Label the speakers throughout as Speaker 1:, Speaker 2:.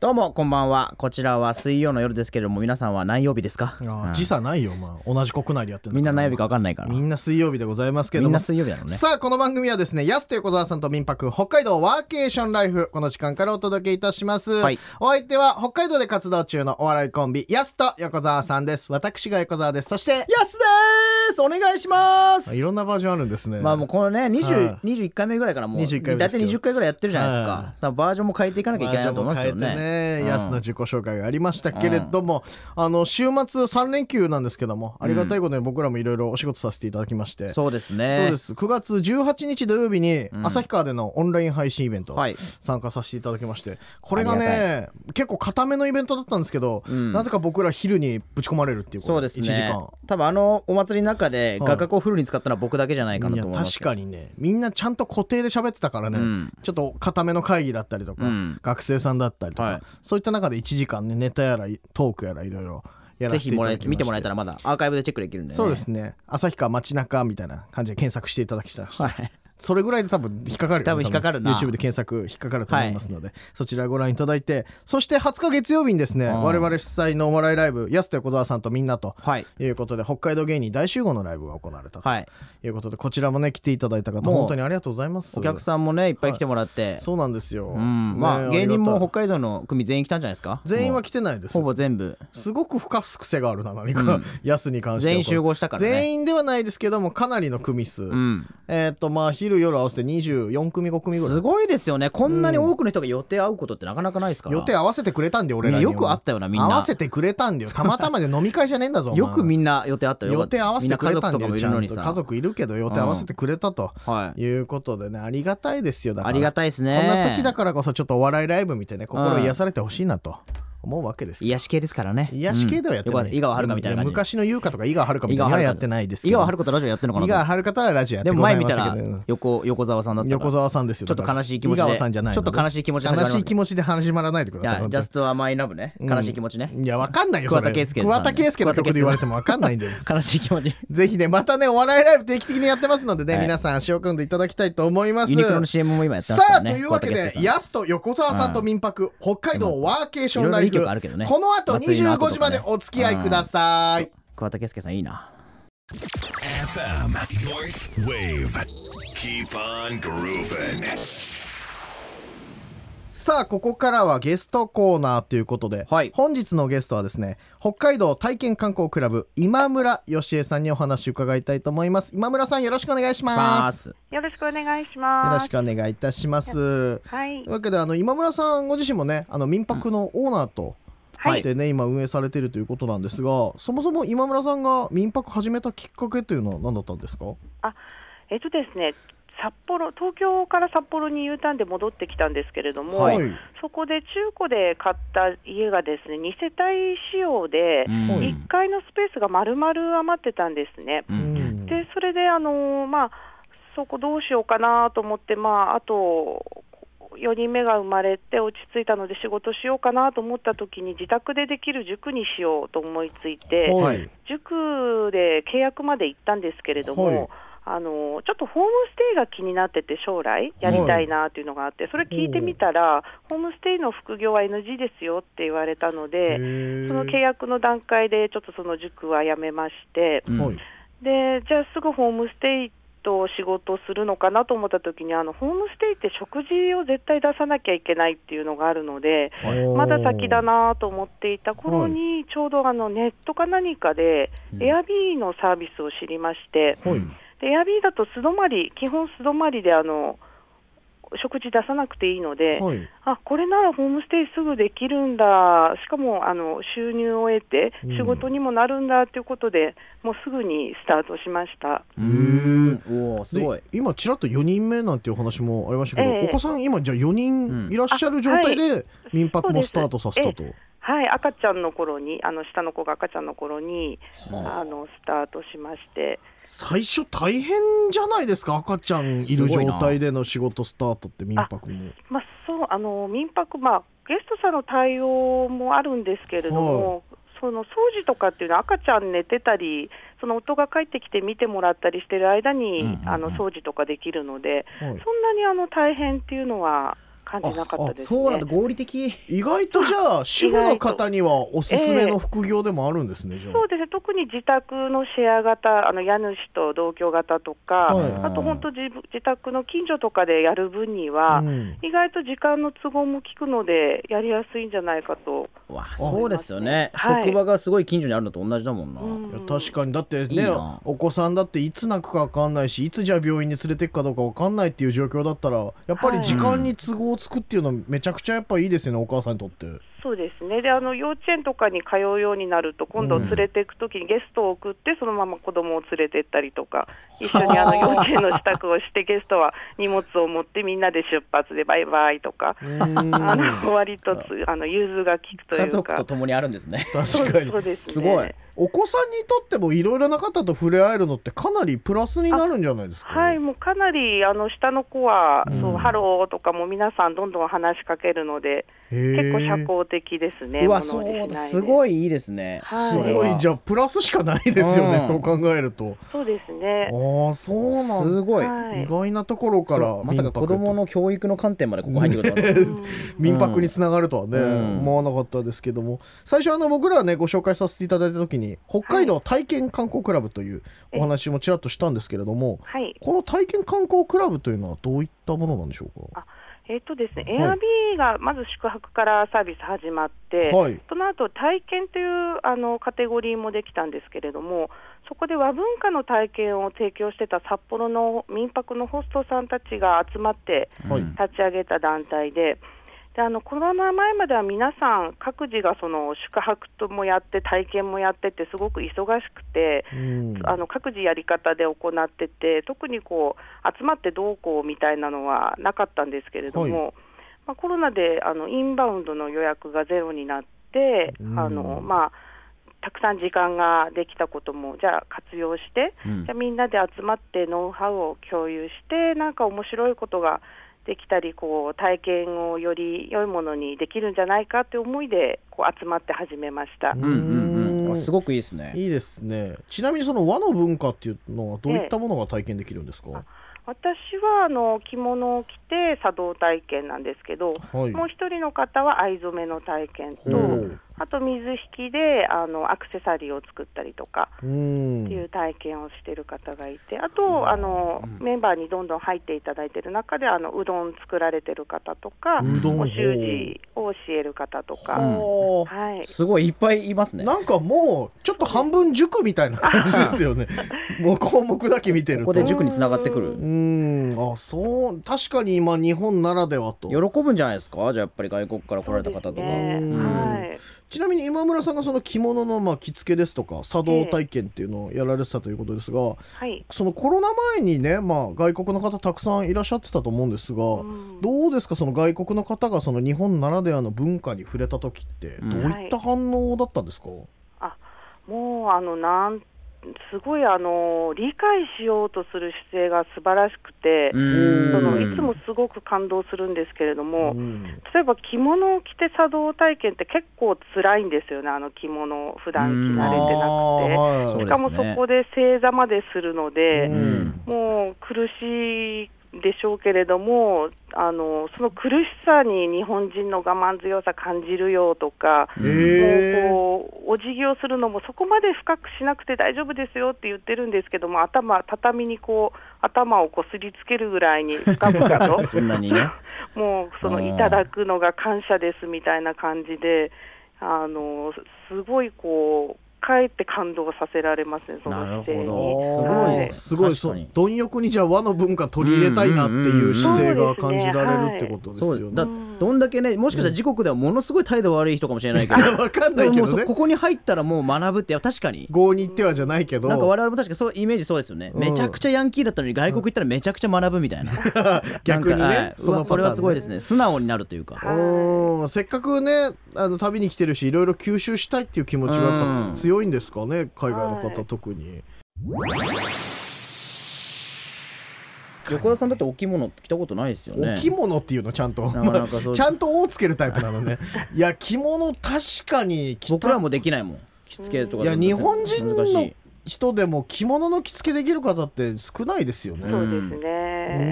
Speaker 1: どうもこんばんはこちらは水曜の夜ですけれども皆さんは何曜日ですか、
Speaker 2: あ
Speaker 1: う
Speaker 2: あ
Speaker 1: ん
Speaker 2: 時差ないよ、まあ、同じ国内でやってる
Speaker 1: みんな何曜日か分
Speaker 2: か
Speaker 1: かんないから
Speaker 2: みんな水曜日でございますけども
Speaker 1: みんな水曜日なのね
Speaker 2: さあこの番組はですね安手小沢さんと民泊北海道ワーケーションライフこの時間からお届けいたします、
Speaker 1: はい
Speaker 2: お相手は北海道で活動中のお笑いコンビ安と横澤さんです私が横澤ですそして
Speaker 1: 安ですお願いします
Speaker 2: あいろんなバージョンあるんですね
Speaker 1: まあもうこのね20
Speaker 2: は
Speaker 1: 21回目ぐらいからもう
Speaker 2: 21回目
Speaker 1: 大
Speaker 2: です
Speaker 1: 体
Speaker 2: けど
Speaker 1: 20回ぐらいやってるじゃないです
Speaker 2: は
Speaker 1: かさあバージョンも変えていかなきゃいけないなと思いますよ
Speaker 2: バージョンも変
Speaker 1: ね
Speaker 2: えてね、
Speaker 1: うん
Speaker 2: 安の自己紹介がありましたけれども、あの週末3連休なんですけどもありがたいことに僕らもいろいろお仕事させていただきまして、
Speaker 1: そうですね
Speaker 2: そうです9月18日土曜日に
Speaker 1: ん
Speaker 2: 旭川でのオンライン配信イベント
Speaker 1: はい
Speaker 2: 参加させていただきまして、これが
Speaker 1: あり
Speaker 2: ね結構固めのイベントだったんですけど、
Speaker 1: うん
Speaker 2: なぜか僕ら昼にぶち込まれるっていうこ
Speaker 1: そ
Speaker 2: と
Speaker 1: うです
Speaker 2: 1時
Speaker 1: ね
Speaker 2: 間。
Speaker 1: 多分あのお祭りの中で
Speaker 2: はい
Speaker 1: 画角をフルに使ったのは僕だけじゃないかないと
Speaker 2: や
Speaker 1: 思います
Speaker 2: 確かにねみんなちゃんと固定で喋ってたからね、
Speaker 1: うん
Speaker 2: ちょっと固めの会議だったりとか、
Speaker 1: うん
Speaker 2: 学生さんだったりとか、
Speaker 1: はい
Speaker 2: そういった中で1時間ねネタやらトークやらいろいろや
Speaker 1: ぜ
Speaker 2: らせ
Speaker 1: ひ
Speaker 2: てい
Speaker 1: も
Speaker 2: た
Speaker 1: らえ
Speaker 2: だきまして
Speaker 1: 見てもらえたらまだアーカイブでチェックできるんでね
Speaker 2: そうですね旭川街中みたいな感じで検索していただきたいな
Speaker 1: はい
Speaker 2: それぐらいで多分引っかかるよね
Speaker 1: 多分引っかかるな
Speaker 2: YouTube で検索引っかかると思いますので、そちらご覧いただいてそして20日月曜日にですね、
Speaker 1: うん
Speaker 2: 我々主催のお笑いライブ安手小沢さんとみんなと
Speaker 1: はい
Speaker 2: いうことで北海道芸人大集合のライブが行われたと
Speaker 1: はい
Speaker 2: いうことで、こちらもね来ていただいた方
Speaker 1: もう
Speaker 2: 本当にありがとうございます
Speaker 1: お客さんもねいっぱい来てもらって
Speaker 2: そうなんですよ、
Speaker 1: うん、まあ
Speaker 2: ね
Speaker 1: 芸人
Speaker 2: あ
Speaker 1: も
Speaker 2: りがたい
Speaker 1: 北海道の組全員来たんじゃないですか
Speaker 2: 全員は
Speaker 1: も
Speaker 2: 来てないで
Speaker 1: う
Speaker 2: す
Speaker 1: ほぼ全部
Speaker 2: すごく深す癖があるな何か、
Speaker 1: うん
Speaker 2: 安に関しては
Speaker 1: 全員集合したからね
Speaker 2: 全員ではないですけどもかなりの組数、
Speaker 1: うん
Speaker 2: えーっ、とまあ昼夜合わせて24組5組ぐらい
Speaker 1: すごいですよねこんなに多くの人が予定合うことってなかなかないですから
Speaker 2: 予定合わせてくれたんで俺らには
Speaker 1: よくあったよなみんな
Speaker 2: 合わせてくれたんだよたまたまで飲み会じゃねえんだぞ
Speaker 1: よくみ
Speaker 2: ん
Speaker 1: んな予定あったよよか
Speaker 2: 予
Speaker 1: った
Speaker 2: 定合わせてくれた
Speaker 1: みんな家族と
Speaker 2: んだ
Speaker 1: か
Speaker 2: よ
Speaker 1: もい
Speaker 2: ちゃ
Speaker 1: る
Speaker 2: ん
Speaker 1: の
Speaker 2: と
Speaker 1: にさ
Speaker 2: 家族いるけど予定合わせてくれたと
Speaker 1: はい
Speaker 2: いうことでねありがたいですよだから
Speaker 1: ありがたいです
Speaker 2: こん
Speaker 1: ね
Speaker 2: な時だからこそちょっとお笑いライブみたいな心癒されてほしいなと思うわけです
Speaker 1: 癒し系ですからね
Speaker 2: 癒し系ではやって
Speaker 1: うんよ
Speaker 2: な
Speaker 1: か
Speaker 2: い
Speaker 1: た井川遥みたいな感じ
Speaker 2: 昔の優香とか井川遥みたいなのはやってないですけ
Speaker 1: 井
Speaker 2: ど
Speaker 1: 川遥とラジオやってるのかな
Speaker 2: 井川遥とはラジオやっ
Speaker 1: で
Speaker 2: て
Speaker 1: も
Speaker 2: ご
Speaker 1: 前
Speaker 2: ざい
Speaker 1: 見
Speaker 2: ましたた
Speaker 1: ら
Speaker 2: けどうん
Speaker 1: 横横澤さんだったから
Speaker 2: 横澤さんですよ
Speaker 1: ちょっと
Speaker 2: だから
Speaker 1: 悲しい気持ちで
Speaker 2: 井川さんじゃないの
Speaker 1: ちょっと悲しい気持ちで始ま
Speaker 2: 悲
Speaker 1: ります
Speaker 2: しい気持ちで始まらないでくださ
Speaker 1: い
Speaker 2: い
Speaker 1: やジャストはマイラブね悲しい気持ちね
Speaker 2: いや、わかんないよ、
Speaker 1: 桑田
Speaker 2: それ
Speaker 1: 佳祐
Speaker 2: 桑田佳祐の曲で言われてもわかんないんだよ。
Speaker 1: 悲しい気持ち
Speaker 2: ぜひね、またね、お笑いライブ定期的にやってますのでね、
Speaker 1: はい
Speaker 2: 皆さん足を組んでいただきたいと思います。
Speaker 1: ユニクロの CM も今やってます
Speaker 2: さ
Speaker 1: から
Speaker 2: あ、
Speaker 1: ね
Speaker 2: というわけ
Speaker 1: 桑田
Speaker 2: で
Speaker 1: 佳祐、さん
Speaker 2: ヤスと横澤さんと民泊、北海道ワーケーションライ
Speaker 1: いろいろいい
Speaker 2: フ、
Speaker 1: 曲あるけどね
Speaker 2: この後
Speaker 1: 祭りの後と
Speaker 2: 25
Speaker 1: かね
Speaker 2: 時までお付き合いください。
Speaker 1: 桑田佳祐さんいいな
Speaker 3: FM North Wave. Keep on grooving.
Speaker 2: さあ、ここからはゲストコーナーということで、
Speaker 1: はい
Speaker 2: 本日のゲストはですね、北海道体験観光クラブ、今村義恵さんにお話伺いたいと思います。今村さん、よろしくお願いし
Speaker 1: バ
Speaker 2: ま
Speaker 1: ー
Speaker 2: す。
Speaker 1: ス
Speaker 4: よろしくお願いし
Speaker 2: よ
Speaker 4: ま
Speaker 2: ろ
Speaker 4: す。
Speaker 2: しくお願いいたします。
Speaker 4: はい
Speaker 2: という。わけであの今村さんご自身もねあの民泊のオーナーと
Speaker 4: はい
Speaker 2: してね、今運営されているということなんですがそもそも今村さんが民泊始めたきっかけというのは何だったんですか
Speaker 4: えっとですね、札幌、東京から札幌に U ターンで戻ってきたんですけれども、
Speaker 1: はい
Speaker 4: そこで中古で買った家がですね、2世帯仕様で、
Speaker 1: うん
Speaker 2: はい
Speaker 4: 1階のスペースが丸々余ってたんですね。
Speaker 1: う
Speaker 2: うんん
Speaker 4: で、それで、あのーまあ、そこどうしようかなと思って、まあ、あと、4人目が生まれて落ち着いたので仕事しようかなと思った時に自宅でできる塾にしようと思いついて、
Speaker 2: はい
Speaker 4: 塾で契約まで行ったんですけれども、
Speaker 2: はい
Speaker 4: あのちょっとホームステイが気になってて、将来やりたいなっていうのがあって、それ聞いてみたら、ホームステイの副業は NG ですよって言われたの
Speaker 2: へ
Speaker 4: で、
Speaker 2: ー
Speaker 4: その契約の段階で、ちょっとその塾はやめまして、
Speaker 1: うん
Speaker 2: はい
Speaker 4: でじゃあすぐホームステイと仕事をするのかなと思った時にあのホームステイって食事を絶対出さなきゃいけないっていうのがあるので、まだ先だなと思っていた頃に、ちょうどあのネットか何かで、
Speaker 1: うん
Speaker 4: エアビーのサービスを知りまして、
Speaker 2: はい
Speaker 4: でエアビーだと素泊まり、基本素泊まりであの食事出さなくていいので、
Speaker 2: はい
Speaker 4: あこれならホームステイすぐできるんだ、しかもあの収入を得て
Speaker 2: うん、
Speaker 4: 仕事にもなるんだということで、もうすぐにスタートしました。
Speaker 1: うんおおす
Speaker 2: で
Speaker 1: ごい
Speaker 2: 今ちらっと4人目なんていうお話もありましたけど、
Speaker 4: え
Speaker 2: お
Speaker 4: え
Speaker 2: 子さん今じゃあ4
Speaker 1: う
Speaker 2: 人
Speaker 1: ん
Speaker 2: いらっしゃる状態
Speaker 4: あ
Speaker 2: で民泊もスタートさせたと、
Speaker 4: はい、赤ちゃんの頃に、あの下の子が赤ちゃんの頃に、
Speaker 2: はあ
Speaker 4: あのスタートしまして、
Speaker 2: 最初大変じゃないですか赤ちゃんい
Speaker 1: す
Speaker 2: る
Speaker 1: ごい
Speaker 2: 状
Speaker 1: な
Speaker 2: 態での仕事スタートって民泊も。
Speaker 4: まあ、そうあの民泊、まあ、ゲストさんの対応もあるんですけれども、その掃除とかっていうのは赤ちゃん寝てたり、その夫が帰ってきて見てもらったりしてる間に、
Speaker 1: うんうんうん
Speaker 4: あの掃除とかできるので、
Speaker 2: はい
Speaker 4: そんなにあの大変っていうのは感じなかったですね。
Speaker 1: そうなんだ合理的
Speaker 2: 意外とじゃあ主婦の方にはおすすめの副業でもあるんですねじゃ
Speaker 4: そうですね特に自宅のシェア型、あの家主と同居型とか、
Speaker 2: はい
Speaker 4: あと本当自、自宅の近所とかでやる分には、
Speaker 2: あ、うん
Speaker 4: 意外と時間の都合も利くので、やりやすいんじゃないかと、
Speaker 1: わそうですよね、
Speaker 4: はい
Speaker 1: 職場がすごい近所にあるのと同じだもんな、
Speaker 4: うん
Speaker 2: いや確かにだって
Speaker 1: い
Speaker 2: ね
Speaker 1: いな
Speaker 2: お子さんだっていつ泣くか分かんないしいつじゃあ病院に連れてくかどうか分かんないっていう状況だったらやっぱり時間に都合をつくっていうのはめちゃくちゃやっぱいいですよねお母さんにとって
Speaker 4: そうですねであの幼稚園とかに通うようになると、今度連れていくときにゲストを送って、そのまま子供を連れてったりとか、一緒にあの幼稚園の支度をして、ゲストは荷物を持って、みんなで出発でバイバイとか、あ の割とつあの融通が利くというか。
Speaker 1: 家族と共にあるんですね
Speaker 2: 確かに
Speaker 4: そうですね。
Speaker 1: すごい
Speaker 2: お子さんにとってもいろいろな方と触れ合えるのってかなりプラスになるんじゃないですか
Speaker 4: はい、もうかなりあの下の子は、
Speaker 1: うん
Speaker 4: そうハローとかも皆さんどんどん話しかけるので、結
Speaker 2: 結
Speaker 4: 構社交的ですね。
Speaker 1: うわ
Speaker 4: 物
Speaker 1: そ
Speaker 4: おじしな
Speaker 1: う
Speaker 4: いで
Speaker 1: だすごいいいですね、
Speaker 4: はい
Speaker 2: すごいじ
Speaker 1: ゃ
Speaker 2: ゃあプラスしかないですよね、
Speaker 1: うん
Speaker 2: そう考えると
Speaker 4: そうです
Speaker 2: ああ
Speaker 4: ね。
Speaker 2: ーそうなんだ
Speaker 1: すごい、
Speaker 4: はい
Speaker 2: 意外なところから
Speaker 1: そうまさか子供の教育の観点までここ入ってくるとは
Speaker 4: う
Speaker 1: ね
Speaker 4: ん
Speaker 2: 民泊につながるとはね、
Speaker 1: うん
Speaker 2: 思わなかったですけども最初あの僕らはねご紹介させていただいた時に北海道体験観光クラブというお話もちらっとしたんですけれども
Speaker 4: はい、
Speaker 2: この体験観光クラブというのはどういったものなんでしょうか
Speaker 4: えっ、とですね、
Speaker 2: は
Speaker 4: Airb がまず宿泊からサービス始まって、
Speaker 2: はい
Speaker 4: その後体験というあのカテゴリーもできたんですけれども、そこで和文化の体験を提供してた札幌の民泊のホストさんたちが集まって
Speaker 2: はい
Speaker 1: うん
Speaker 4: 立ち上げた団体で、であのコロナ前までは皆さん、各自がその宿泊ともやって、体験もやってって、すごく忙しくて、
Speaker 2: うん
Speaker 4: あの各自やり方で行ってて、特にこう集まってどうこうみたいなのはなかったんですけれども、まあ、コロナであのインバウンドの予約がゼロになって、
Speaker 2: うん
Speaker 4: あのまあ、たくさん時間ができたことも、じゃあ活用して、
Speaker 1: うん
Speaker 4: じゃあみんなで集まってノウハウを共有して、なんか面白いことができたり、こう体験をより良いものにできるんじゃないかという思いでこう集まって始めました。
Speaker 1: うんうんうんあすごくいいですね
Speaker 2: いいですねちなみにその和の文化っていうのはどういったものが体験できるんですか、
Speaker 4: 私はあの着物を着て茶道体験なんですけど、
Speaker 2: はい
Speaker 4: もう一人の方は藍染めの体験と、
Speaker 2: ほう
Speaker 4: あと水引きであのアクセサリーを作ったりとか
Speaker 2: うん
Speaker 4: っていう体験をしている方がいて、あとあの、メンバーにどんどん入っていただいている中であのうどん作られてる方とか、
Speaker 2: うどん
Speaker 4: お習字を教える方とか、
Speaker 2: はあ
Speaker 4: はい、
Speaker 1: すごいいっぱいいますね
Speaker 2: なんかもうちょっと半分塾みたいな感じで すよねもう項目だけ見てる
Speaker 1: ことこで塾につながってく
Speaker 4: う
Speaker 2: う
Speaker 1: る
Speaker 2: ーんあそう確かに今日本ならではと
Speaker 1: 喜ぶんじゃないですかじゃあやっぱり外国から来られた方と
Speaker 4: そ
Speaker 1: か、
Speaker 4: うですね
Speaker 2: うん
Speaker 4: はい、
Speaker 2: ちなみに今村さんがその着物のまあ着付けですとか茶道体験っていうのをやられてたということですが、
Speaker 4: はい、
Speaker 2: そのコロナ前にね、まあ、外国の方たくさんいらっしゃってたと思うんですが、
Speaker 4: ん
Speaker 2: どうですかその外国の方がその日本ならではの文化に触れた時って
Speaker 1: うん
Speaker 2: どういった反応だったんですか、
Speaker 4: もうあのなんすごいあの理解しようとする姿勢が素晴らしくて、
Speaker 1: うん
Speaker 4: そのいつもすごく感動するんですけれども、
Speaker 2: うん
Speaker 4: 例えば着物を着て茶道体験って結構辛いんですよね、あの着物を普段着慣れてなくて。
Speaker 2: あー
Speaker 1: そうで
Speaker 2: はい
Speaker 4: し
Speaker 1: すね
Speaker 4: かもそこで正座までするの
Speaker 2: う
Speaker 4: で、
Speaker 1: うん
Speaker 4: もう苦しいでしょうけれども、あのその苦しさに日本人の我慢強さ感じるよとか、
Speaker 2: へー
Speaker 4: もうこうお辞儀をするのもそこまで深くしなくて大丈夫ですよって言ってるんですけども頭畳にこう頭をこすりつけるぐらいに深々と
Speaker 1: そんなにね
Speaker 4: もうその
Speaker 1: あー
Speaker 4: いただくのが感謝ですみたいな感じであのすごいこうかえって感動させられますねそ
Speaker 1: なる
Speaker 4: の姿勢
Speaker 1: ほ
Speaker 4: に。
Speaker 1: ど
Speaker 4: はい
Speaker 2: すごい
Speaker 1: す
Speaker 2: そ
Speaker 1: ごい確か
Speaker 2: う
Speaker 1: に
Speaker 2: 貪欲にじゃあ和の文化取り入れたいなっていう姿勢が感じられるってことです
Speaker 1: そ
Speaker 2: よ
Speaker 1: う
Speaker 2: ね。
Speaker 1: だ
Speaker 4: うん
Speaker 1: どんだけねもしかしたら時刻ではものすごい態度悪い人かもしれないけど、
Speaker 2: わかん ないけ
Speaker 1: でも
Speaker 2: ど
Speaker 1: もう
Speaker 2: ね
Speaker 1: そここに入ったらもう学ぶっていや確かに
Speaker 2: 合に行ってはじゃないけど
Speaker 1: なんか我々も確かそうイメージそうですよね、
Speaker 2: うん
Speaker 1: めちゃくちゃヤンキーだったのに外国行ったらめちゃくちゃ学ぶみたいな
Speaker 2: 逆に
Speaker 1: なんかは
Speaker 2: ね
Speaker 1: い
Speaker 2: そうの
Speaker 1: わこ
Speaker 2: パタ
Speaker 1: れ
Speaker 2: ーン
Speaker 1: はすごいですね素直になるというか
Speaker 4: はい
Speaker 2: うんせっかくねあの旅に来てるしいろいろ吸収したいっていう気持ちがやっ
Speaker 1: う
Speaker 2: ぱ
Speaker 1: ん
Speaker 2: つ強いんですかね海外の
Speaker 4: は
Speaker 2: 方
Speaker 4: い
Speaker 2: 特に。
Speaker 1: 横田さんだってお着物着たことないですよね
Speaker 2: お着物っていうのちゃんと
Speaker 1: なかなかそう
Speaker 2: ちゃんと「お」つけるタイプなの ねいや着物確かに着
Speaker 1: 僕ら
Speaker 2: た
Speaker 1: もできないもん着付けとか
Speaker 2: いや
Speaker 1: だと
Speaker 2: 日本人の
Speaker 1: 難しい
Speaker 2: 人でも着物の着付けできる方って少ないですよね
Speaker 4: そうです
Speaker 1: う
Speaker 4: ね、
Speaker 2: う
Speaker 4: ね。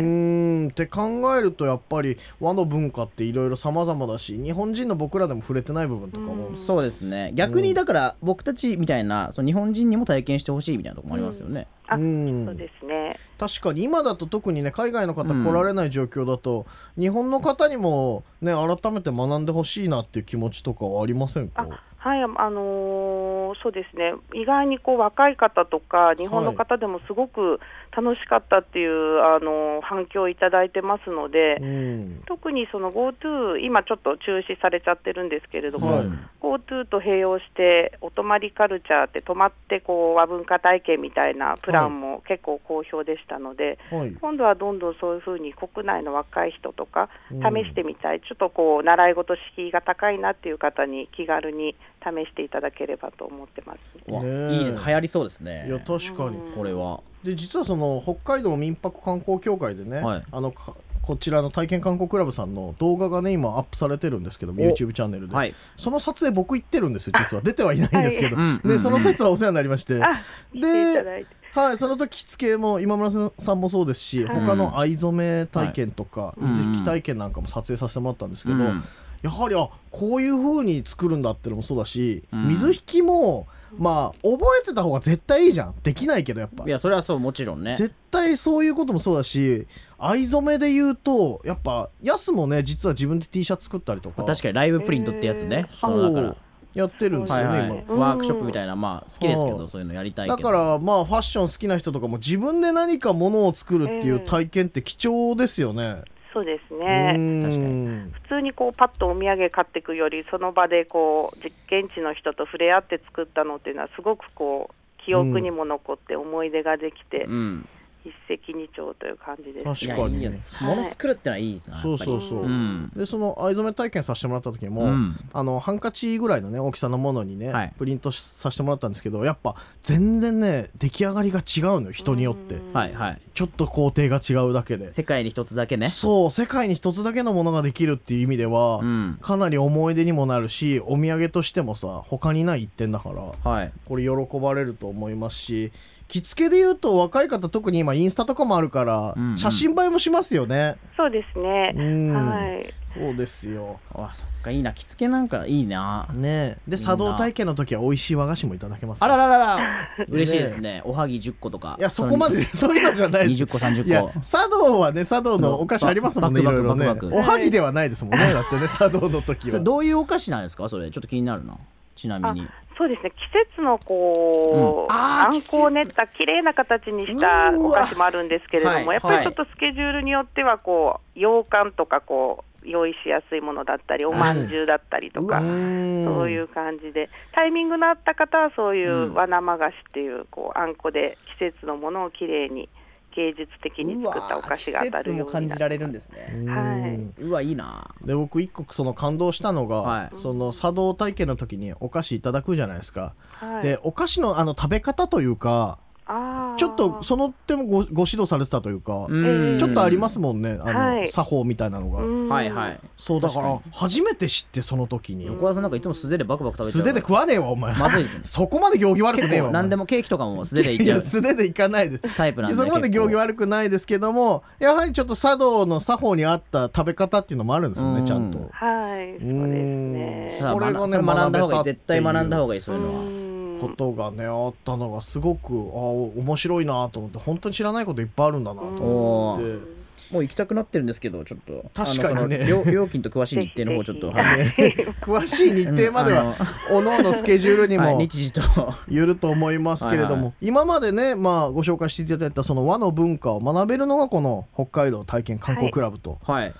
Speaker 2: ーんって考えるとやっぱり和の文化っていろいろ様々だし日本人の僕らでも触れてない部分とかも、
Speaker 4: うん
Speaker 1: そうですね逆にだから僕たちみたいなその日本人にも体験してほしいみたいなとこもありますよね、
Speaker 4: あ
Speaker 2: うん
Speaker 4: そうですね。
Speaker 2: 確かに今だと特にね海外の方来られない状況だと、日本の方にもね改めて学んでほしいなっていう気持ちとかはありませんか
Speaker 4: あはい、あのーそうですね、意外にこう若い方とか、日本の方でもすごく楽しかったっていう、あのー反響をいただいてますので、
Speaker 2: うん
Speaker 4: 特にその GoTo、今ちょっと中止されちゃってるんですけれども、
Speaker 2: はい
Speaker 4: GoTo と併用して、お泊まりカルチャーって、泊まってこう和文化体験みたいなプランも結構好評でしたので、
Speaker 2: はい
Speaker 4: 今度はどんどんそういうふうに国内の若い人とか
Speaker 2: うん
Speaker 4: 試してみたい、ちょっとこう習い事敷居が高いなっていう方に気軽に試していただければと思ってます。
Speaker 1: うわ
Speaker 2: ねえ
Speaker 1: いいです流行りそうですね
Speaker 2: いや確かに
Speaker 4: うん
Speaker 1: これは
Speaker 2: で実はその北海道民泊観光協会でね、
Speaker 1: はい
Speaker 2: あのかこちらの体験観光クラブさんの動画がね今アップされてるんですけども YouTube チャンネルで、
Speaker 1: はい、
Speaker 2: その撮影僕行ってるんですよ実は出てはいないんですけど、
Speaker 1: うん
Speaker 2: でその説はお世話になりまして、
Speaker 4: あ、
Speaker 2: で
Speaker 4: していただいて、
Speaker 2: はい、その時着付けも今村さんもそうですし、
Speaker 4: はい
Speaker 2: 他の藍染め体験とか、
Speaker 1: はい
Speaker 2: 水引き体験なんかも撮影させてもらったんですけ
Speaker 1: う
Speaker 2: ど、
Speaker 1: ん
Speaker 2: やはりあこういう風に作るんだってのもそうだし、
Speaker 1: うん
Speaker 2: 水引きもまあ覚えてた方が絶対いいじゃんできないけどやっぱ
Speaker 1: いやそれはそうもちろんね
Speaker 2: 絶対そういうこともそうだし藍染めで言うとやっぱヤスもね実は自分で T シャツ作ったりとか
Speaker 1: まあ確かにライブプリントってやつね、
Speaker 4: え
Speaker 1: そ
Speaker 2: そう
Speaker 1: のだから
Speaker 2: やってるんです
Speaker 1: は
Speaker 2: よ
Speaker 1: い
Speaker 2: ね、
Speaker 1: はい、
Speaker 2: 今。
Speaker 4: うん
Speaker 1: ワークショップみたいなまあ好きですけ
Speaker 2: は
Speaker 1: ど
Speaker 2: い
Speaker 1: そういうのやりたいけ
Speaker 2: だ
Speaker 1: ど
Speaker 2: からまあファッション好きな人とかも自分で何かものを作るっていう体験って貴重ですよね。
Speaker 4: そうです
Speaker 2: う
Speaker 4: ね。
Speaker 2: ーん
Speaker 1: 確か
Speaker 4: 普通にこうパッとお土産買っていくより、その場でこう実験地の人と触れ合って作ったのっていうのはすごくこう記憶にも残って思い出ができて、
Speaker 1: うん
Speaker 4: 一石二鳥という感じですね。
Speaker 1: いや
Speaker 2: 確かに
Speaker 1: いいやつ物作るってのはいいな
Speaker 2: そうそうそ
Speaker 1: う
Speaker 2: う。
Speaker 1: うん
Speaker 2: でその藍染め体験させてもらった時も、
Speaker 1: うん
Speaker 2: あのハンカチぐらいのね大きさのものにね、
Speaker 1: はい
Speaker 2: プリントしさせてもらったんですけどやっぱ全然ね出来上がりが違うのよ人によって
Speaker 4: うん
Speaker 1: はいはい
Speaker 2: ちょっと工程が違うだけで、
Speaker 1: 世界に一つだけね
Speaker 2: そう世界に一つだけのものができるっていう意味では、
Speaker 1: うん
Speaker 2: かなり思い出にもなるしお土産としてもさ他にない一点だから
Speaker 1: はい
Speaker 2: これ喜ばれると思いますし着付けで言うと若い方特に今インスタとかもあるから、
Speaker 1: うんうん
Speaker 2: 写真映えもしますよね。
Speaker 4: そうですね。
Speaker 2: うん
Speaker 4: はい。
Speaker 2: そうですよ
Speaker 1: あそっかいいな着付けなんかいいな
Speaker 2: ねえで
Speaker 1: いいな
Speaker 2: 茶道体験の時は美味しい和菓子もいただけます
Speaker 1: あ
Speaker 2: よ
Speaker 1: らららら嬉しいですねおはぎ10個とか
Speaker 2: いやそこまでそういうのじゃないです
Speaker 1: 20個30
Speaker 2: いや
Speaker 1: 個
Speaker 2: 茶道はね茶道のお菓子ありますもんねい
Speaker 1: バ
Speaker 2: ろ
Speaker 1: ッ
Speaker 2: い
Speaker 1: クバ
Speaker 2: ろ
Speaker 1: ックバッ
Speaker 2: ね
Speaker 1: クバッ
Speaker 2: おはぎではないですもんねだってね茶道の時
Speaker 1: そ
Speaker 2: は
Speaker 1: れどういうお菓子なんですかそれちょっと気になるなちなみに
Speaker 4: そうですね季節のこ
Speaker 2: う
Speaker 4: う、
Speaker 2: んあー
Speaker 4: あんこを練った綺麗な形にした
Speaker 2: うーわ
Speaker 4: お菓子もあるんですけれども、
Speaker 1: はい
Speaker 4: やっぱ
Speaker 1: は
Speaker 4: り
Speaker 1: い
Speaker 4: ちょっとスケジュールによってはこう羊羹とかこう用意しやすいものだったりおまんじゅうだったりと
Speaker 2: う
Speaker 4: か、
Speaker 2: ーん
Speaker 4: そういう感じでタイミングのあった方はそういう和生菓子っていうこうあんこで季節のものを綺麗に芸術的に作ったお菓子が当たるようになる。
Speaker 1: るんです
Speaker 2: う
Speaker 1: ね
Speaker 2: ーん
Speaker 4: は
Speaker 1: うわいいな
Speaker 2: で僕一個その感動したのが、
Speaker 1: はい
Speaker 2: その茶道体験の時にお菓子いただくじゃないですか、
Speaker 4: はい
Speaker 2: でお菓子のあの食べ方というか
Speaker 4: あー
Speaker 2: ちょっとその点もごご指導されてたというか、
Speaker 1: うん
Speaker 2: ちょっとありますもんねあの、
Speaker 4: はい
Speaker 2: 作法みたいなのが、
Speaker 4: うん
Speaker 1: はいはい
Speaker 2: そうだから
Speaker 1: 確
Speaker 2: 初めて知ってその時に
Speaker 1: 横川さんなんかいつも素手でバクバク食べて
Speaker 2: 素手で食わねえわお前、
Speaker 1: まずいですね
Speaker 2: そこまで行儀悪く
Speaker 1: 結
Speaker 2: ねえわ
Speaker 1: 構
Speaker 2: お前
Speaker 1: 何でもケーキとかも素手でいっ
Speaker 2: い
Speaker 1: ちゃ
Speaker 2: や
Speaker 1: う
Speaker 2: 素手でいかないです
Speaker 1: タイプなんで
Speaker 2: そこまで行儀悪くないですけどもやはりちょっと茶道の作法に合った食べ方っていうのもあるんですよね、
Speaker 1: うん
Speaker 2: ちゃんと
Speaker 4: はい、そうです
Speaker 2: うー
Speaker 4: ね。
Speaker 2: ん
Speaker 1: こ
Speaker 2: これ
Speaker 1: れ
Speaker 2: が
Speaker 1: が
Speaker 2: ね
Speaker 1: ね学んだ方がい
Speaker 2: 学べたっ
Speaker 1: い
Speaker 2: ていう
Speaker 1: 絶対学んだ方がいいそういうのは
Speaker 4: うん
Speaker 2: ことがねあったのがすごくあ面白いなと思って本当に知らないこといっぱいあるんだなと
Speaker 4: うん
Speaker 2: 思
Speaker 1: お
Speaker 2: って
Speaker 1: ーもう行きたくなってるんですけどちょっと
Speaker 2: 確か
Speaker 1: あ
Speaker 2: にね
Speaker 1: のその料料金と詳しい日程の方ちょっと
Speaker 4: ぜひ
Speaker 1: はい
Speaker 2: 詳しい 日程まで
Speaker 1: うん
Speaker 2: は
Speaker 1: あ
Speaker 2: おのおのスケジュールに
Speaker 1: の はい
Speaker 2: も
Speaker 1: 日時と
Speaker 2: ゆると思いますけれど
Speaker 1: はい
Speaker 2: も
Speaker 1: は
Speaker 2: 今までね、まあ、ご紹介していただいたその和の文化を学べるのがこの北海道体験観光クラブと
Speaker 1: はい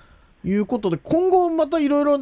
Speaker 2: いうことで、今後またいろいろ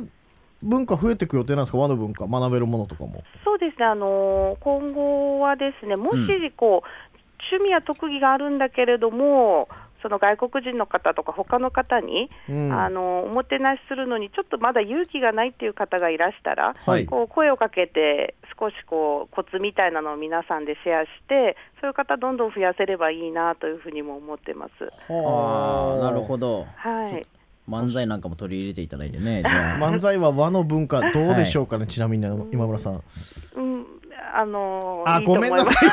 Speaker 2: 文化増えていく予定なんですか和の文化学べるものとかも。
Speaker 4: そうですね、あのー今後はですね、もし
Speaker 1: う
Speaker 4: こう、趣味や特技があるんだけれども、その外国人の方とか、他の方に、
Speaker 2: うん
Speaker 4: あのーおもてなしするのに、ちょっとまだ勇気がないっていう方がいらしたら、
Speaker 1: はい
Speaker 4: こう声をかけて、少しこうコツみたいなのを皆さんでシェアして、そういう方、どんどん増やせればいいなというふうにも思ってます。
Speaker 1: ああなるほど
Speaker 2: ど
Speaker 4: はい、
Speaker 1: 漫才なんかも取り入れていただいてねじゃあ
Speaker 2: 漫才は和の文化どうでしょうかね、ちなみに今村さん。
Speaker 4: うん、あの
Speaker 2: あごめんなさ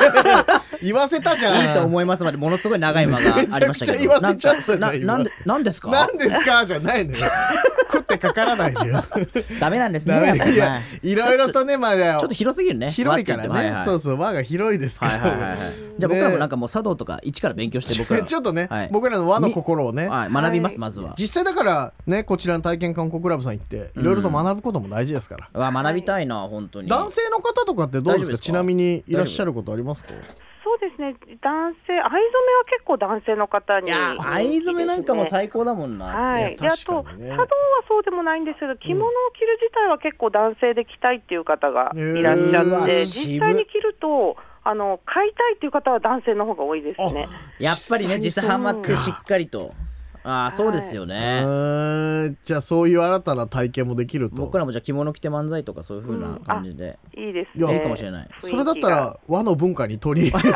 Speaker 2: い
Speaker 4: い
Speaker 2: 言わせたじゃん
Speaker 1: いいと思いますまでものすごい長い間がありましたけど。
Speaker 2: めちゃくちゃ言わせちゃった
Speaker 1: な
Speaker 2: じゃん
Speaker 1: ななんでなんですか
Speaker 2: なんですかじゃない のよ食ってかからないのよ
Speaker 1: ダメなんですね。
Speaker 2: ダ
Speaker 1: やっぱ
Speaker 2: メい
Speaker 1: りまあ
Speaker 2: やいろいろとねまだ
Speaker 1: ちょっと広すぎるね。
Speaker 2: 広いからね、
Speaker 1: 輪って言ってもはいはい
Speaker 2: そうそう輪が広いですか
Speaker 1: はいは
Speaker 2: ら、
Speaker 1: いはいはい。じゃあ僕らもなんかもう茶道とか一から勉強して僕ら
Speaker 2: ちょっとね、
Speaker 1: はい
Speaker 2: 僕らの和の心をね、
Speaker 1: はい学びま
Speaker 4: は
Speaker 1: す
Speaker 4: い
Speaker 1: まずは。
Speaker 2: 実際だからねこちらの体験観光クラブさん行っていろいろと学ぶことも大事ですから、
Speaker 1: うわ学びたいな本当に。
Speaker 2: 男性の方とかってどうですか
Speaker 1: 大丈夫ですか
Speaker 2: ちなみにいらっしゃることありますか
Speaker 4: そうですね男性藍染めは結構男性の方
Speaker 1: い
Speaker 4: に
Speaker 1: や藍染めなんかも最高だもんな。
Speaker 4: はい
Speaker 2: や
Speaker 4: い、であと、
Speaker 2: 確か
Speaker 4: 茶
Speaker 2: に
Speaker 4: 道
Speaker 2: ね
Speaker 4: はそうでもないんですけど、着物を着る自体は結構男性で着たいっていう方がいらっし
Speaker 1: う
Speaker 4: ゃっ
Speaker 1: わ
Speaker 4: て、
Speaker 1: 渋い
Speaker 4: 実際に着ると、あの買いたいっていう方は男性の方が多いですね。
Speaker 1: やっぱりね実際ハマってしっかりと。ああそうですよ
Speaker 2: う
Speaker 1: ね。
Speaker 2: ーんじゃあそういう新たな体験もできると
Speaker 1: 僕らもじゃあ着物着て漫才とかそういう風な感じで
Speaker 4: いいです
Speaker 2: いや
Speaker 4: ね。
Speaker 1: いいかもしれない。
Speaker 4: 雰囲気
Speaker 2: そ
Speaker 4: が
Speaker 2: れだったら和の文化に取 り入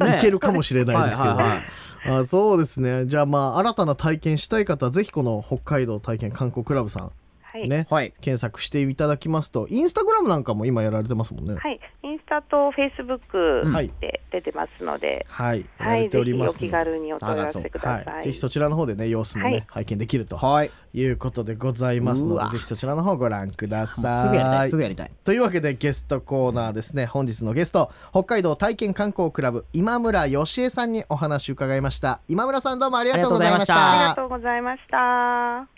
Speaker 2: れるいけるかもしれないですけど、
Speaker 1: はいはいはい
Speaker 2: あそうですねじゃあまあ新たな体験したい方はぜひこの北海道体験観光クラブさん
Speaker 4: はい、
Speaker 2: ね、
Speaker 1: はい。
Speaker 2: 検索していただきますとインスタグラムなんかも今やられてますもんね
Speaker 4: はい、インスタとフェイスブッ
Speaker 2: は
Speaker 4: ク
Speaker 2: い
Speaker 4: で出てますので、
Speaker 2: はい、やら
Speaker 4: は
Speaker 2: れて
Speaker 4: い、ぜ
Speaker 2: おり
Speaker 4: ひ
Speaker 2: ま
Speaker 4: お
Speaker 2: す
Speaker 4: 気軽にお問い合わせくださ
Speaker 2: はい、
Speaker 4: い。
Speaker 2: ぜひそちらの方でね様子もね、
Speaker 4: はい
Speaker 2: 拝見できると
Speaker 1: はい。
Speaker 2: いうことでございます
Speaker 1: う
Speaker 2: の
Speaker 1: わ
Speaker 2: でぜひそちらの方ご覧くだ
Speaker 1: もうすぐやりた
Speaker 2: さ
Speaker 1: い
Speaker 2: い
Speaker 1: すぐやりたい。
Speaker 2: というわけでゲストコーナーですね本日のゲスト北海道体験観光クラブ今村義恵さんにお話伺いました今村さんどうもありがとうございまし
Speaker 1: あ
Speaker 4: あり
Speaker 2: た
Speaker 4: がとうございました。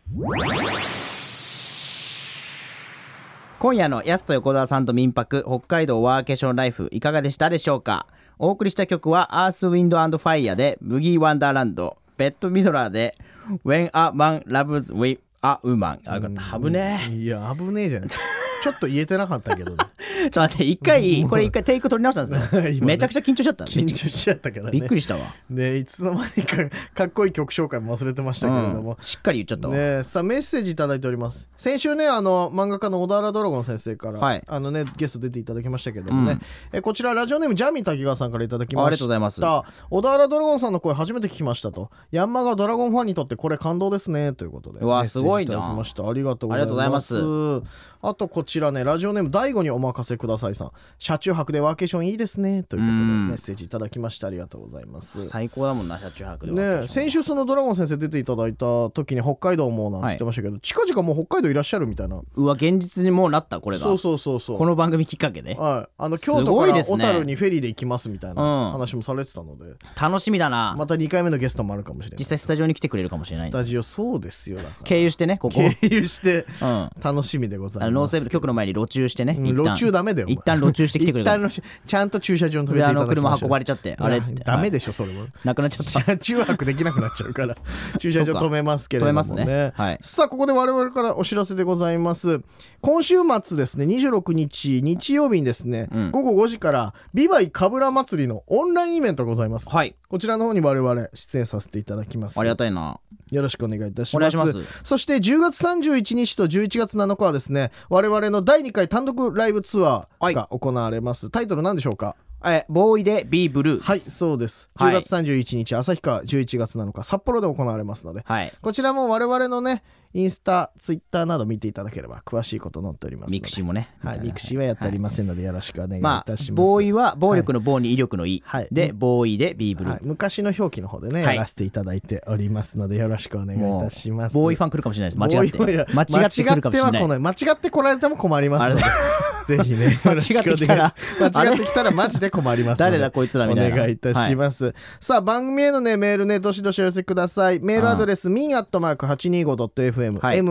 Speaker 1: 今夜のやすと横澤さんと民泊北海道ワーケーションライフいかがでしたでしょうかお送りした曲はアースウィンドファイヤーでブギーワンダーランドベッドミドラーで When a man loves with a woman あよかったハブね
Speaker 2: いや危ねえじゃんちょっと言えてなかったけど、ね、
Speaker 1: ちょっと待って一回これ一回テイク取り直したん ですよ、
Speaker 2: 今ね
Speaker 1: めちゃくちゃ緊張しちゃった
Speaker 2: 緊張しちゃったけどね
Speaker 1: びっくりしたわ
Speaker 2: ねいつの間にかかっこいい曲紹介も忘れてましたけれども
Speaker 1: うん、しっかり言っちゃったわ、
Speaker 2: ねえさあメッセージいただいております先週ねあの漫画家の小田原ドラゴン先生から、
Speaker 1: はい
Speaker 2: あのねゲスト出ていただきましたけどもね、えこちらラジオネームジャミー滝川さんからいただきました
Speaker 1: あありがとうございます
Speaker 2: 小田原ドラゴンさんの声初めて聞きましたとヤンマがドラゴンファンにとってこれ感動ですねということで
Speaker 1: うわ
Speaker 2: メッ
Speaker 1: す
Speaker 2: セージ
Speaker 1: ごい
Speaker 2: い
Speaker 1: な
Speaker 2: ただきましたありがとうございます
Speaker 1: ありがと
Speaker 2: あとこちらねラジオネーム大悟にお任せくださいさん車中泊でワーケーションいいですねということで
Speaker 1: うん
Speaker 2: メッセージいただきましたありがとうございます
Speaker 1: 最高だもんな車中泊で
Speaker 2: ねえ先週そのドラゴン先生出ていただいた時に北海道もなんて言ってましたけど、近々もう北海道いらっしゃるみたいな
Speaker 1: うわ現実にもうなったこれが
Speaker 2: そうそうそうそう
Speaker 1: この番組きっかけで
Speaker 2: はい、あの
Speaker 1: すご
Speaker 2: 京
Speaker 1: い
Speaker 2: 都から
Speaker 1: です
Speaker 2: 小
Speaker 1: ね
Speaker 2: 樽にフェリーで行きますみたい
Speaker 1: うん
Speaker 2: な話もされてたので、
Speaker 1: 楽しみだな、
Speaker 2: また2回目のゲストもあるかもしれない
Speaker 1: 実際スタジオに来てくれるかもしれない
Speaker 2: スタジオそうですよだから
Speaker 1: 経由してねここ
Speaker 2: 経由して
Speaker 1: うん
Speaker 2: 楽しみでござい
Speaker 1: あ
Speaker 2: ます
Speaker 1: のノーセーブの局の前に路中してね、
Speaker 2: うん
Speaker 1: 一旦
Speaker 2: 路中ダメだよお前
Speaker 1: 一旦路中してきてくれ
Speaker 2: 一
Speaker 1: か
Speaker 2: 旦
Speaker 1: ら
Speaker 2: のしちゃんと駐車場に止めてい
Speaker 1: で
Speaker 2: た
Speaker 1: あ
Speaker 2: だきま
Speaker 1: の
Speaker 2: し
Speaker 1: 車
Speaker 2: ょう
Speaker 1: 運ばれちゃってあれっつって
Speaker 2: いやダメ
Speaker 1: で
Speaker 2: でしょそれも
Speaker 1: なくなっ ちゃ った
Speaker 2: 車中泊できなくなっちゃうから駐車場止めますけれどもね
Speaker 1: 止めますねはい
Speaker 2: さあここで我々からお知らせでございます今週末ですね26日日曜日にですね、
Speaker 1: うん
Speaker 2: 午後5時からビバイかぶら祭りのオンラインイベントがございます
Speaker 1: はい
Speaker 2: こちらの方に我々出演させていただきます
Speaker 1: ありがたいな
Speaker 2: よろしくお願いいたし
Speaker 1: お願
Speaker 2: ま
Speaker 1: いし
Speaker 2: す
Speaker 1: ます
Speaker 2: そして10月31日と11月7日はですね我々の第2回単独ライブツアーが行われます、タイトル何でしょうか
Speaker 1: えボーイで B ブルー
Speaker 2: はい、そうです。
Speaker 1: はい
Speaker 2: 10月31日、旭川、11月7日、札幌で行われますので、
Speaker 1: はい
Speaker 2: こちらも我々のね、インスタ、ツイッターなど見ていただければ、詳しいこと載っておりますので。
Speaker 1: ミクシーもね
Speaker 2: はい、ミクシーはやっておりませんので、よろしくお願いい
Speaker 1: ま
Speaker 2: たし
Speaker 1: あ
Speaker 2: ます。
Speaker 1: ボーイは暴力の棒に威力の威、
Speaker 2: はい
Speaker 1: でボーイで B ブルー、
Speaker 2: はい昔の表記の方でね、
Speaker 1: はい
Speaker 2: やらせていただいておりますので、よろしくお願いいたします。
Speaker 1: ボーイファン来るかもしれないです間違って
Speaker 2: ボーイは
Speaker 1: 間違って来るかもしれ
Speaker 2: 間違っては
Speaker 1: な
Speaker 2: 来
Speaker 1: い
Speaker 2: ない。間違って来られても困りますので。 ぜひね、
Speaker 1: 間違ってきたら
Speaker 2: よろしくお願い間違ってきたらマジで困りますので。
Speaker 1: 誰だこいつらみたいな
Speaker 2: お願いいたします。さあ、番組へのね、メールね、どしどしお寄せください。メールアドレス、min.825.fm、
Speaker 1: はい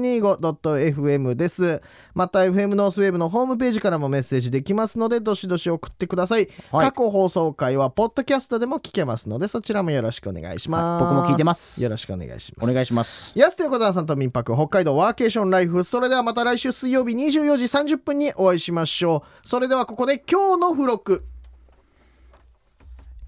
Speaker 2: min.825.fm です。また、FM ノースウェーブのホームページからもメッセージできますので、どしどし送ってください。
Speaker 1: はい
Speaker 2: 過去放送回は、ポッドキャストでも聞けますので、そちらもよろしくお願いします。
Speaker 1: はい僕も聞いてます
Speaker 2: よろしくお願いします。
Speaker 1: お願いします
Speaker 2: 安手横澤さんと民泊北海道ワーケーションライフそれではまた来週水曜日24時30分にお会いしましょうそれではここで今日の付録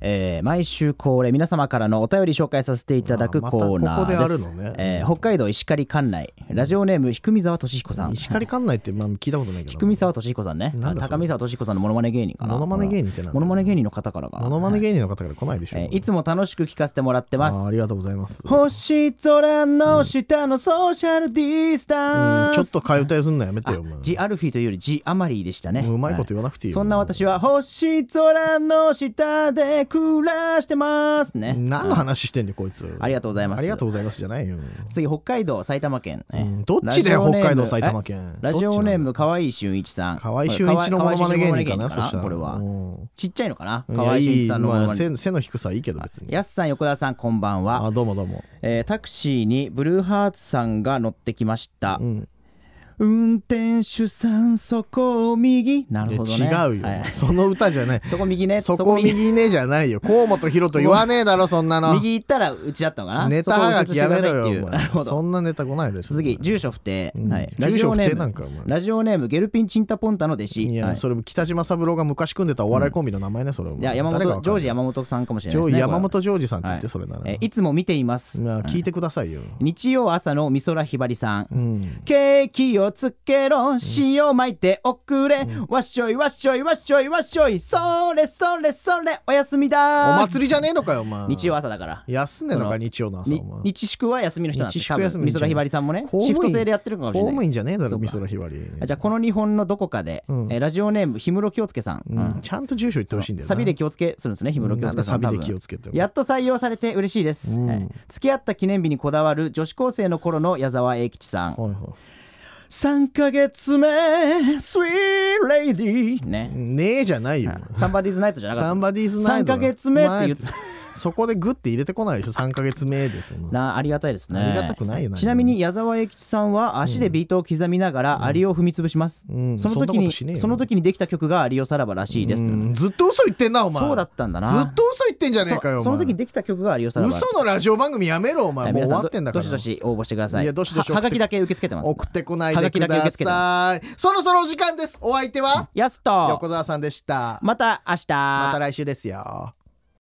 Speaker 1: えー毎週恒例皆様からのお便り紹介させていただく
Speaker 2: あまた
Speaker 1: コーナーです
Speaker 2: ここであるのね
Speaker 1: えー北海道石狩管内ラジオネームひくみざわとしひこさん
Speaker 2: 石狩館内って、まあ、聞いたことないけど。
Speaker 1: ひくみざわとしひこさんね
Speaker 2: なんだそれ
Speaker 1: 高見沢としひこさんのモノマネ芸人かな
Speaker 2: モノマネ芸人ってなんだ
Speaker 1: モノマネ芸人の方からが
Speaker 2: モノマネ芸人の方から来ないでしょ。
Speaker 1: えーいつも楽しく聞かせてもらってま
Speaker 2: あー
Speaker 1: す
Speaker 2: ありがとうございます。うん
Speaker 1: 星空の下のソーシャルディスタンス、
Speaker 2: ちょっと替え歌にすんのやめてよ、お前
Speaker 1: あジ・アルフィーというよりジ・アマリーでしたね
Speaker 2: もううまいこと言わなくていいよ
Speaker 1: はそんな私は星空の下で暮らしてますね
Speaker 2: 何の話してんねんこいつ。
Speaker 1: ありがとうございます
Speaker 2: ありがとうございますじゃないよ。
Speaker 1: 次北海道埼玉県、ね
Speaker 2: うんどっちだよ
Speaker 1: ラジオネーム
Speaker 2: 北海道埼玉県
Speaker 1: えラジオネーム河合俊一さん
Speaker 2: 河合俊一のモノマネ芸人か
Speaker 1: 河合俊一のモノマネ芸
Speaker 2: な、
Speaker 1: 人
Speaker 2: そしたら。
Speaker 1: これは
Speaker 2: うん
Speaker 1: ちっちゃいのかない
Speaker 2: や
Speaker 1: 河合俊一さんのモ
Speaker 2: い
Speaker 1: ノ
Speaker 2: いま
Speaker 1: マ
Speaker 2: あ
Speaker 1: ネ
Speaker 2: 背背の低さはいいけど、別に。
Speaker 1: やすさん横田さんこんばんは
Speaker 2: あ、どうもどうも。
Speaker 1: えータクシーにブルーハーツさんが乗ってきました
Speaker 2: う、ん
Speaker 1: 運転手さんそこを右なる
Speaker 2: で
Speaker 1: ほどね
Speaker 2: 違う
Speaker 1: は
Speaker 2: よ。
Speaker 1: い
Speaker 2: その歌じゃない。
Speaker 1: そこ右ね
Speaker 2: そこ右ねじゃないよ。河本ヒロと言わねえだろ、そんなの。
Speaker 1: 右行ったらうちだったのかな
Speaker 2: ネタはがきやめろ
Speaker 1: そこを右折してくださいっていうなる
Speaker 2: よ。お前
Speaker 1: ほ
Speaker 2: そ
Speaker 1: ど
Speaker 2: んなネタ来ないでしょ。
Speaker 1: 次住所不定、
Speaker 2: うん
Speaker 1: はい、ラ
Speaker 2: 住
Speaker 1: ジ
Speaker 2: 所
Speaker 1: オ
Speaker 2: 不
Speaker 1: ネ
Speaker 2: 定
Speaker 1: ー
Speaker 2: なん
Speaker 1: ム
Speaker 2: かお前
Speaker 1: ラジオネームゲルピンチンタポンタの弟子
Speaker 2: いや、
Speaker 1: はい
Speaker 2: それも北島三郎が昔組んでたお笑いコンビの名前ね、それも。
Speaker 1: いや山
Speaker 2: 誰かわ
Speaker 1: 本
Speaker 2: か
Speaker 1: ジョ
Speaker 2: ん
Speaker 1: ー
Speaker 2: ない
Speaker 1: ジ山本さんかもしれ
Speaker 2: ジ
Speaker 1: ないです
Speaker 2: ョージ
Speaker 1: ね
Speaker 2: 山本ジョージさんって言っ
Speaker 1: は
Speaker 2: て、
Speaker 1: い
Speaker 2: それなら。
Speaker 1: えいつも見ています、
Speaker 2: まあ聞いてくださいよ。
Speaker 1: 日曜朝の美空ひばりさん、
Speaker 2: うん。
Speaker 1: ケーキをつけろ塩まいておくれ、わっしょいわっしょいわっしょいわっしょいそれそれそれおやすみ
Speaker 2: お
Speaker 1: だ
Speaker 2: 祭りじゃねえのかよ、お前。
Speaker 1: 日曜朝だから
Speaker 2: 休んでんの
Speaker 1: そ
Speaker 2: か、
Speaker 1: の
Speaker 2: 日曜の朝、
Speaker 1: に
Speaker 2: お前。
Speaker 1: 日祝は休みの人なんです
Speaker 2: 日
Speaker 1: よ
Speaker 2: 祝
Speaker 1: 多
Speaker 2: 休
Speaker 1: 分
Speaker 2: み
Speaker 1: 美
Speaker 2: じゃな
Speaker 1: 空
Speaker 2: い
Speaker 1: ひばりさんもね
Speaker 2: 公務
Speaker 1: シ
Speaker 2: 員
Speaker 1: フト制でやってるのかもし
Speaker 2: 公
Speaker 1: れ
Speaker 2: 務
Speaker 1: ない
Speaker 2: 員じゃねえだ
Speaker 1: そ
Speaker 2: ろ、
Speaker 1: うか
Speaker 2: 美空ひばり。
Speaker 1: あじゃあこの日本のどこかで、
Speaker 2: うん
Speaker 1: えーラジオネーム氷室京介さん、う
Speaker 2: うんんちゃんと住所言ってほしいんだよな。
Speaker 1: サビで気をつけするんですね氷室京介さん
Speaker 2: なんだサビで
Speaker 1: 多分
Speaker 2: 気をつけって
Speaker 1: やっと採用されて嬉しいです、
Speaker 2: うん
Speaker 1: はい付き合った記念日にこだわる女子高生の頃の矢沢永吉さん、
Speaker 2: はいは
Speaker 1: 3ヶ月目スイーレイディー
Speaker 2: い。
Speaker 1: ね、
Speaker 2: ねえじゃないよ。
Speaker 1: サンバディーズナイトじゃなかった
Speaker 2: サンバディーズナ
Speaker 1: 3
Speaker 2: イトだ
Speaker 1: ヶ月目って言っ
Speaker 2: お
Speaker 1: た
Speaker 2: 前 そこでグッて入れてこないでしょ、3ヶ月目ですよ。
Speaker 1: なありがたいですね
Speaker 2: ありがたくないよな
Speaker 1: ちなみに矢沢永吉さんは足でビートを刻みながらアリを踏み潰します、
Speaker 2: うん
Speaker 1: その
Speaker 2: そん
Speaker 1: 時
Speaker 2: なこ
Speaker 1: に
Speaker 2: と
Speaker 1: そ
Speaker 2: しねえよ
Speaker 1: の時にできた曲がアリオさらばらしいです、
Speaker 2: うんずっと嘘言ってんな、お前。
Speaker 1: そうだったんだな
Speaker 2: ずっと嘘言ってんじゃねえかよ、お
Speaker 1: そその
Speaker 2: 前
Speaker 1: 時にできた曲がアリオさらばらしい
Speaker 2: 嘘のラジオ番組やめろ、お前。
Speaker 1: え
Speaker 2: もう
Speaker 1: 皆
Speaker 2: 終
Speaker 1: さ
Speaker 2: わ
Speaker 1: ん
Speaker 2: ってんだから。
Speaker 1: どどしどし応募してください
Speaker 2: いやどしどし
Speaker 1: ははがきだけ受け付けてます
Speaker 2: 送ってこない
Speaker 1: はが
Speaker 2: で
Speaker 1: き
Speaker 2: く
Speaker 1: だけ受け付けて
Speaker 2: だ
Speaker 1: ま
Speaker 2: さい。そろそろお時間です。お相手は
Speaker 1: すやすと
Speaker 2: 横澤さんでした。
Speaker 1: また明日
Speaker 2: また来週ですよ。